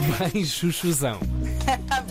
Também chuchuzão.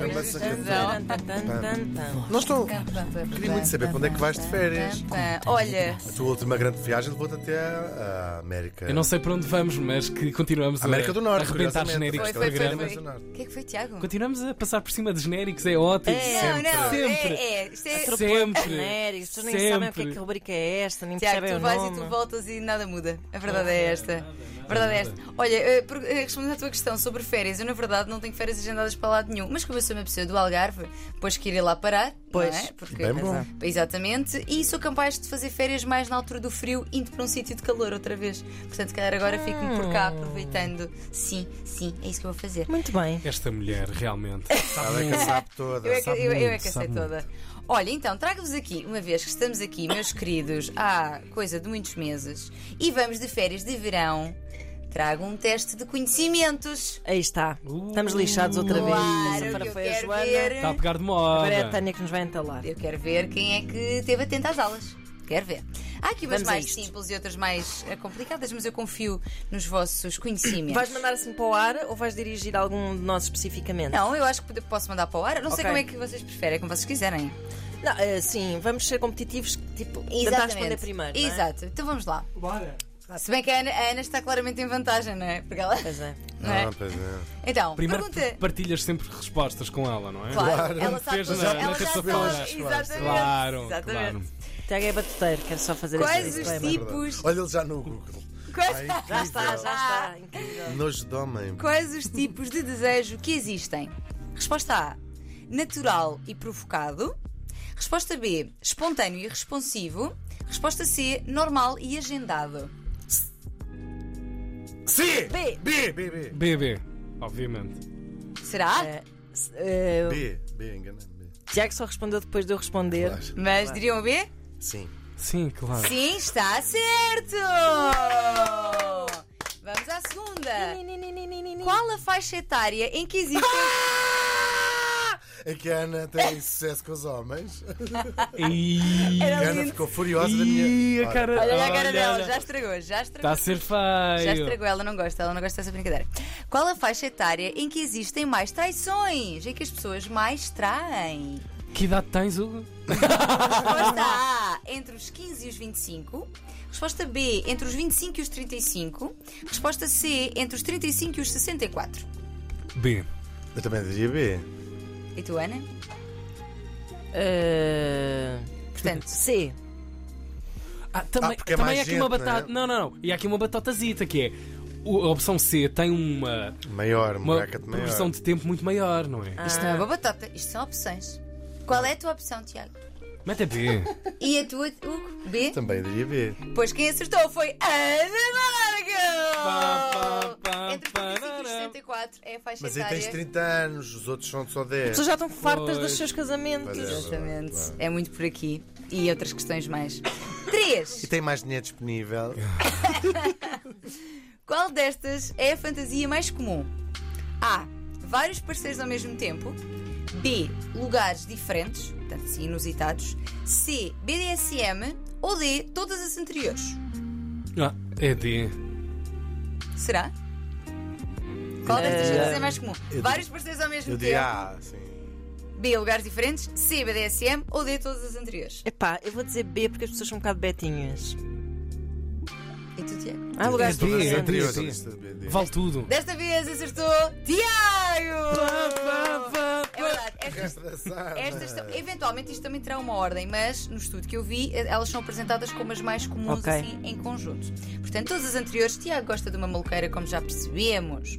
É uma sacanagem. Nós Nós estou. Queria muito saber para onde é que vais de férias. Olha, A tua última grande viagem levou-te até à à América. Eu não sei para onde vamos, mas que continuamos a, América do Norte, a arrebentar curiosamente. genéricos de Foi, foi, foi, programa. foi. América do Norte. o que é que foi, Tiago? Continuamos a passar por cima de genéricos, é ótimo. É, sempre. Não, não, sempre. é, é. Isto é. Sempre. Genéricos, tu nem Sempre. sabem o que é que rubrica é esta, nem Tiago, percebem tu o vais nome. e tu voltas e nada muda. A verdade é esta. A verdade é esta. nada. Olha, eh, por- eh, respondendo à tua questão sobre férias, eu na verdade não tenho férias agendadas para lado nenhum. Mas como eu sou uma pessoa do Algarve, pois que irei lá parar, Pois. não é? Porque Bem bom. Exatamente, e sou capaz de fazer férias mais na altura do frio, indo para um sítio de calor outra vez. Portanto, se calhar agora fico-me por cá aproveitando. Sim, sim, é isso que eu vou fazer. Muito bem. Esta mulher, realmente. Ela é que a sabe toda. Eu é que, Sabe eu- eu é muito, que sabe sei toda. Olha, então, trago-vos aqui, uma vez que estamos aqui, meus queridos, há coisa de muitos meses, e vamos de férias de verão, trago um teste de conhecimentos. Aí está. Uh, Estamos lixados outra vez. Claro, que Terça-feira eu foi a quero Joana. ver. Está a pegar de moda. Agora é a né? Tânia que nos vai entalar. Eu quero ver quem é que esteve atento às aulas. Quero ver. Há aqui umas Vamos a mais isto. simples e outras mais eh, complicadas, mas eu confio nos vossos conhecimentos. Vais mandar assim para o ar ou vais dirigir algum de nós especificamente? Não, eu acho que pode- posso mandar para o ar. Eu Não sei Ok. como é que vocês preferem, como vocês quiserem. Não, eh, sim, vamos ser competitivos, tipo, tentar responder primeiro. não é? Exato. Então vamos lá. Bora. Se bem que a Ana, a Ana está claramente em vantagem, não é? Porque ela. Pois é. Não é? Ah, pois é. Então, Primeiro pergunta. partilhas sempre respostas com ela, não é? Claro, Claro. ela sabe Fez tudo. na- ela na já sabe. terça-feira. Exatamente. Claro, Exatamente. claro. Tiago é batuteiro, quero só fazer Quais este os disclaimer. tipos- Verdade. Olha ele já no Google. Quais- Ai, Já está, já incrível. Ah. está. Incrível. Nojo de homem. Quais os tipos de desejo que existem? Resposta A: natural e provocado. Resposta B: espontâneo e responsivo. Resposta C: normal e agendado. C! B. B! B! B! Bebê, obviamente. Será? Eh, se- eh, B! B, enganei-me. B. Tiago só respondeu depois de eu responder. Claro. Mas diriam B? Sim. Sim, claro. Sim, está certo! Vamos à segunda. Qual a faixa etária em que existem. É que a Ana tem sucesso com os homens. E... A Era Ana lindo. ficou furiosa da minha. a cara, Olha a cara dela, olha. Tá já estragou, já Está estragou. a ser Já feio. estragou, ela não gosta, ela não gosta dessa brincadeira. Qual a faixa etária em que existem mais traições? Em que as pessoas mais traem? Que idade tens, Hugo? Resposta A, entre os 15 e os 25. Resposta B, entre os 25 e os 35. Resposta C, entre os 35 e os 64. B. Eu também diria B. E tu, Ana? Eh, Portanto, C. Ah, também, Ah, porque é também mais há aqui uma gente, não é? batata. Não, não, não. E há aqui uma batatazita que é. o- A opção C tem uma, Maior, uma uma de Um maior. progressão de tempo muito maior, não é? isto não é uma batata, isto são opções. Qual é a tua opção, Tiago? Mete a B. E a tua, Hugo? B? Também diria B. Pois quem acertou foi Ana Pá, pá, pá, Margo! Entre os 35 e os pá, 64 é a faixa Mas aí etária. tens 30 anos, os outros são só 10. As pessoas já estão fartas dos Pois. seus casamentos. Pois Exatamente, é muito por aqui. E outras questões mais. 3. E tem mais dinheiro disponível. Ah. Qual destas é a fantasia mais comum? A. Vários parceiros ao mesmo tempo. B. Lugares diferentes, portanto assim inusitados. C. BDSM. Ou D. Todas as anteriores. Ah, é D. Será? Qual destas fantas é mais comum? eu Vários parceiros ao mesmo Eu tempo. diria A, sim. B, lugares diferentes, C, BDSM ou D, todas as anteriores. Epá, eu vou dizer B porque as pessoas são um bocado betinhas. E tu, Tiago? Há lugares B, para é fazer. B. Anterior, sim. lista de B, D. Vale tudo. Desta vez acertou Tiago! É verdade, estas, Engraçado. estas são- eventualmente isto também terá uma ordem, mas no estudo que eu vi, eh, elas são apresentadas como as mais comuns Ok. assim em conjunto. Portanto, todas as anteriores, Tiago gosta de uma maluqueira, como já percebemos.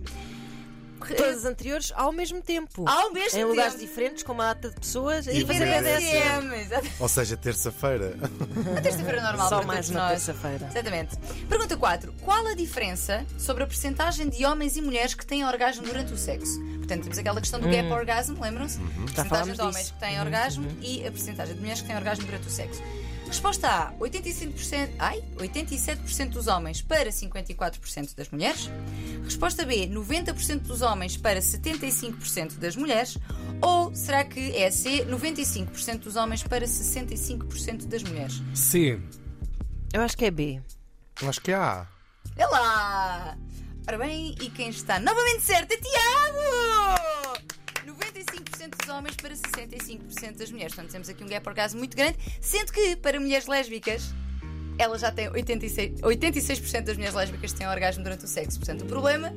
Todas as anteriores ao mesmo tempo. Ao mesmo em tempo. lugares diferentes, com uma data de pessoas. é E E fazer BDSM. BDSM, exatamente. Ou seja, terça-feira. Uma terça-feira normal Só para mais todos na nós. terça-feira. Exatamente. Pergunta 4. Qual a diferença sobre a percentagem de homens e mulheres que têm orgasmo durante o sexo? Portanto, temos aquela questão do gap orgasmo, lembram-se? A percentagem Hum. Uhum. falámos de homens disso. Uhum, que têm orgasmo e a percentagem de mulheres que têm orgasmo durante o sexo. Resposta A: 85%, ai, 87% dos homens para 54% das mulheres. Resposta B: 90% dos homens para 75% das mulheres. Ou será que é C: 95% dos homens para 65% das mulheres? C. Eu acho que é B. Eu Acho que é A. Olá! Ora bem, e quem está novamente certo é Tiago! 65% das mulheres. Portanto, temos aqui um gap orgasmo muito grande, sendo que para mulheres lésbicas. Ela já tem 86%, 86 das mulheres lésbicas têm orgasmo durante o sexo. Portanto, o problema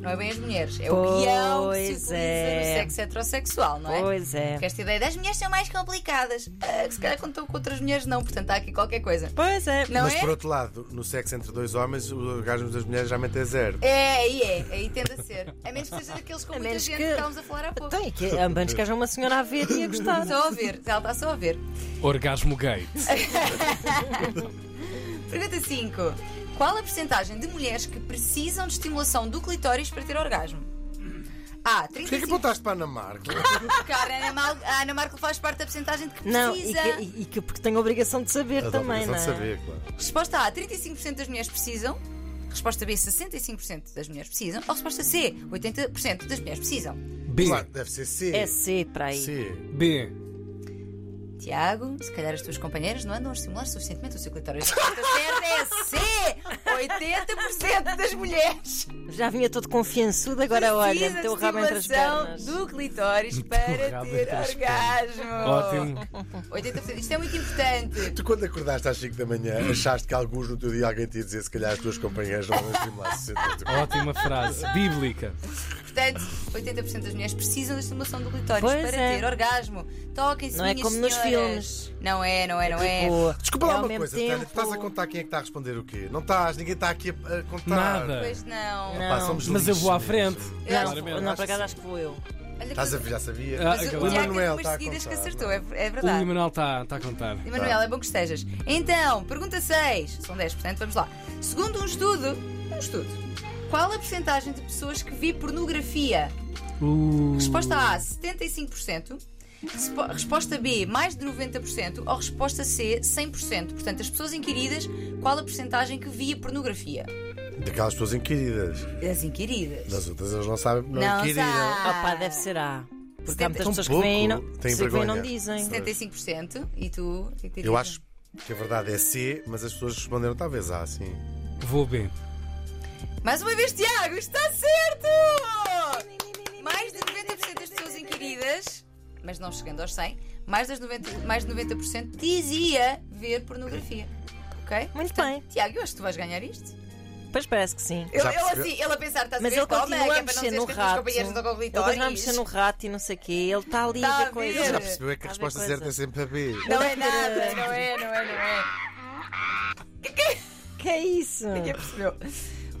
não é bem as mulheres, é o guião que Pois se utiliza é. no sexo heterossexual, não é? Pois é. Porque esta ideia das mulheres são mais complicadas. Ah, que se calhar quando estão com outras mulheres, não. Portanto, há aqui qualquer coisa. Pois é. Não Mas é? por outro lado, no sexo entre dois homens, o orgasmo das mulheres geralmente é zero. É, aí é, aí tende a ser. A menos que seja daqueles com A muita menos gente que... que- estávamos a falar há pouco. Então, é que a menos que haja uma senhora a ver e a gostar. Só a ouvir, ela está só a ouvir. Orgasmo gate. Pergunta 5. Qual a porcentagem de mulheres que precisam de estimulação do clitóris para ter orgasmo? A. Porquê que 35. apontaste para a Ana Marco? Cara, a Ana Mal- a Ana Marco faz parte da porcentagem de que Não, e precisa. que, e- e que porque tenho a obrigação de saber A também, obrigação não de é? saber, claro. Resposta A: 35% das mulheres precisam. Resposta B: 65% das mulheres precisam. Ou resposta C: 80% das mulheres precisam. B. Claro, deve ser C. É C para aí. C. B. Tiago, se calhar as tuas companheiras não andam a estimular suficientemente o seu clitóris. A resposta certa é C: 80% das mulheres. Já vinha todo confiançudo, agora olha, precisam meteu o de rabo entre as estimulação pernas. do clitóris para rabo ter entre as orgasmo. Ótimo. 80%. Isto é muito importante. Tu quando acordaste às 5 da Hum. manhã, achaste que alguns no teu dia alguém te ia dizer se calhar as tuas companheiras não vão estimular suficientemente. Ótima frase. Bíblica. Portanto, 80% das mulheres precisam da estimulação do clitóris Pois para é. ter orgasmo. Toquem-se Não é minhas como nos senhoras. Não é, não é, não é. Tipo, Desculpa é lá ao uma mesmo coisa, tempo... Tânia, tu estás a contar quem é que está a responder o quê? Não estás, ninguém está aqui a a contar. Nada. Pois não. Não. Pá, somos Mas eu lixos vou à mesmo. frente. Não, Claramente. não, por acaso acho que vou eu. Olha Estás a que- ver, já sabia. Ah, Mas o claro. Tiago O Manuel tem umas está a seguidas que contar, acertou, é, é O verdade. Emanuel está tá a contar. Emanuel, é bom que estejas. Então, pergunta 6. São 10%, vamos lá. Segundo um estudo, um estudo, qual a porcentagem de pessoas que vi pornografia? Uh, Resposta A, 75%. Respo- Resposta B, mais de 90%. Ou resposta C, 100%. Portanto, as pessoas inquiridas, qual a porcentagem que via pornografia? Daquelas pessoas inquiridas. As inquiridas. Das outras eles não sabem, não, Não inquiriram. sabe. Ah. Opa, deve ser A. Porque há muitas Tão pessoas pouco, que vêm e não, têm pessoas que vêm e não vergonha. dizem. 75%. E tu? o que é que dirias? Eu acho que a verdade é C, mas as pessoas responderam talvez A, sim. Vou B. Mais uma vez, Tiago, está certo! Mais de 90% das pessoas inquiridas, mas não chegando aos 100, mais, das 90, mais de 90% dizia ver pornografia. Ok? Muito Portanto, bem. Tiago, eu acho que tu vais ganhar isto. Pois parece que sim. Ele, Já ele percebeu? assim, ele a pensar, está a Mas saber, ele toma, continua que é a para não mexer seres no que as tuas rato. companheiras não estão com Ele continua a clitóris. mexer no rato e não sei o quê. Ele está ali Tá a a ver coisas. ver. Já percebeu é que a Há de resposta ver coisa. certa é sempre a B. Não é nada, não é, não é, não é. Que é isso? Ninguém percebeu.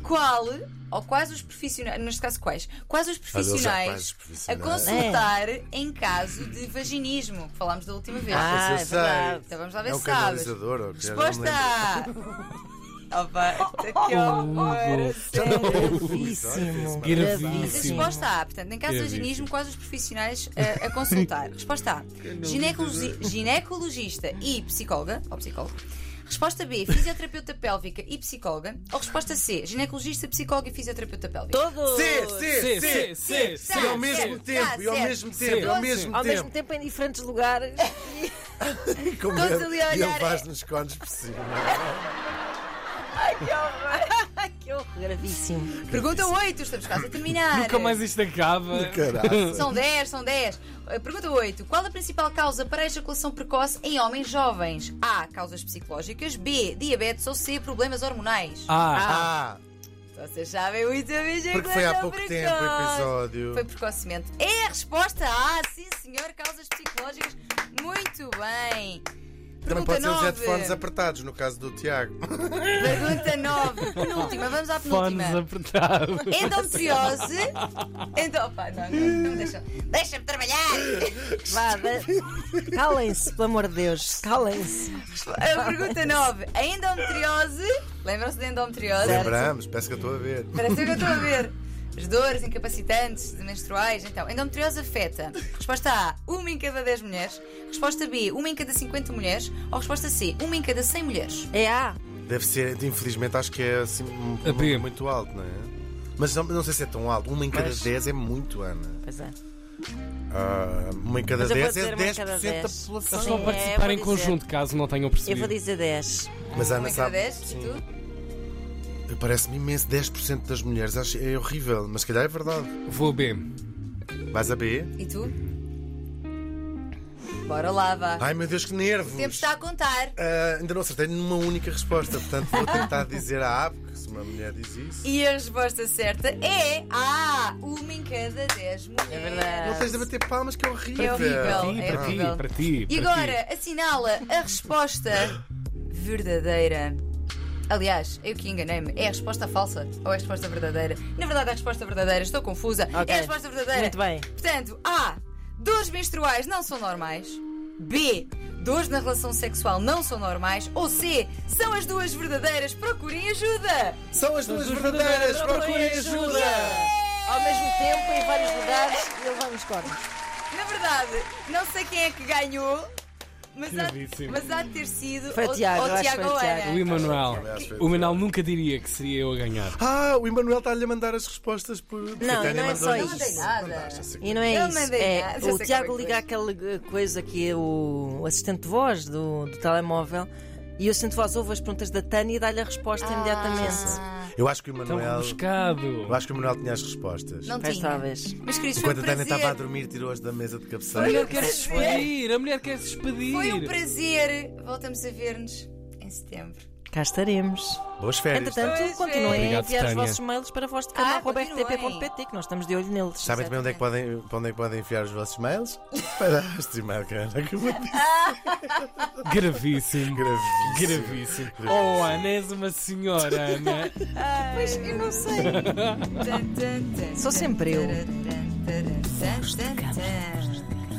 Qual ou quais os profissionais, neste caso quais, quais os Mas eles já quais profissionais, os profissionais? a consultar É. em caso de vaginismo, que falámos da última vez. Ah, Mas é eu sei. verdade. Então vamos lá ver É um se sabes. canalizador ou o que é, já não me Resposta lembro. A. Opa, que horror, sério. É Gravíssimo. Gravíssimo. Gravíssimo. Resposta A, portanto, em caso de É difícil. vaginismo, quais os profissionais eh, a consultar? Resposta A, ginecologi- é? ginecologista e psicóloga, ou psicólogo. Resposta B, fisioterapeuta pélvica e psicóloga. Ou resposta C, ginecologista, psicóloga e fisioterapeuta pélvica. Todos. C, C, C, C, C, C, C, E ao mesmo C, tempo, e ao C, mesmo C, tempo, e ao C. mesmo Ao mesmo tempo. tempo em diferentes lugares. Como Todos ele- ali a E ele olhar. faz nos cones por cima. que horror. Gravíssimo. Pergunta 8, estamos quase a terminar. Nunca mais isto acaba. Caralho. São 10, são 10. Eh, Pergunta 8. Qual a principal causa para a ejaculação precoce em homens jovens? A. Causas psicológicas. B. Diabetes. Ou C. Problemas hormonais. Ah, Ah, Vocês sabem muito a minha porque foi há ejaculação pouco é precoce. tempo o episódio. Foi precocemente. É a resposta A. Sim, senhor. Causas psicológicas. Muito bem. Também Pergunta pode ser os headphones 9. apertados, no caso do Tiago. Pergunta 9. Penúltima. Vamos à penúltima. fones apertados. Endometriose. Endo... Pá, não, não, não me deixam. Deixa-me trabalhar. Vá, de- calem-se, pelo amor de Deus. Calem-se. A pergunta 9. A endometriose. Lembram-se da endometriose? Lembramos, parece que eu estou a ver. Parece que eu estou a ver. As dores incapacitantes de menstruais. Então, endometriose afeta. Resposta A. Uma em cada 10 mulheres. Resposta B. Uma em cada 50 mulheres. Ou resposta C. Uma em cada 100 mulheres. É A. Deve ser, infelizmente, acho que é assim um A B. número muito alto, não é? Mas não, não sei se é tão alto. Uma em cada Mas- 10 é muito, Ana. Pois é. Ah, uma em cada Mas eu vou 10 dizer é uma em 10% cada da 10. Eles Sim, população. vão é, participar vou em dizer. conjunto, caso não tenham percebido. Eu vou dizer 10. Mas uma Ana em cada sabe. 10. E sim. tu? Parece-me imenso 10% das mulheres. Acho, é horrível, mas se calhar é verdade. Vou B. Vais a B? E tu? Bora lá, vá. Ai meu Deus, que O tempo nervos! está a contar. Ah, ainda não acertei numa única resposta, portanto vou tentar dizer à A, porque se uma mulher diz isso. E a resposta certa é. Ah, uma em cada dez mulheres. É verdade. Não tens de bater palmas, que é horrível. Ah. É horrível. Para ti, é para ti, horrível. para ti. para E ti. agora assinala a resposta verdadeira. Aliás, eu que enganei-me. É a resposta falsa ou é a resposta verdadeira? Na verdade, é a resposta verdadeira. Estou confusa. Ok. É a resposta verdadeira. Muito bem. Portanto, A. Dores menstruais não são normais. B. Dores na relação sexual não são normais. Ou C. São as duas verdadeiras. Procurem ajuda. São as duas verdadeiras, verdadeiras, procurem procurem ajuda! Ao mesmo tempo, em vários lugares, e levamos cornos. Na verdade, não sei quem é que ganhou, mas, há, Nervíssimo. mas há de ter sido Foi ou, Tiago, eu ou acho que Tiago foi ou Tiago. O Ana. Emanuel. Aliás, foi O Emanuel nunca diria que seria eu a ganhar. Ah, o Emanuel está-lhe a mandar as respostas por. Não, não é só isso. Não mandei nada. E não é Eu isso. mandei É, nada, já o sei Tiago qual é que liga foi. aquela eh, coisa que é o assistente de voz do, do telemóvel e o assistente de voz ouve as perguntas da Tânia e dá-lhe a resposta Ah, imediatamente. Eu acho que o Tão Emanuel. rebuscado. Eu acho que o Emanuel tinha as respostas. Não Mas tinha. talvez. Mas queridos, foi um Enquanto a Tânia prazer. estava a dormir, tirou-as da mesa de A cabeceira. mulher quer se despedir. A mulher quer se despedir. Foi um prazer. Voltamos a ver-nos em setembro. Cá estaremos. Boas férias. Entretanto, Pois é. continuem a Obrigado, enviar os Tânia. vossos mails para voz de Ah, rtp.pt que nós estamos de olho neles. Sabem também onde é, que podem, para onde é que podem enfiar os vossos mails? Para a estimada que a Ana acabou de dizer. Gravíssimo. Gravíssimo. Gravíssimo. Oh, Ana, és uma senhora, Ana. Pois, eu não sei. Tan, tan, tan, Sou sempre eu. tan, tan, tan, tan, tan, tan.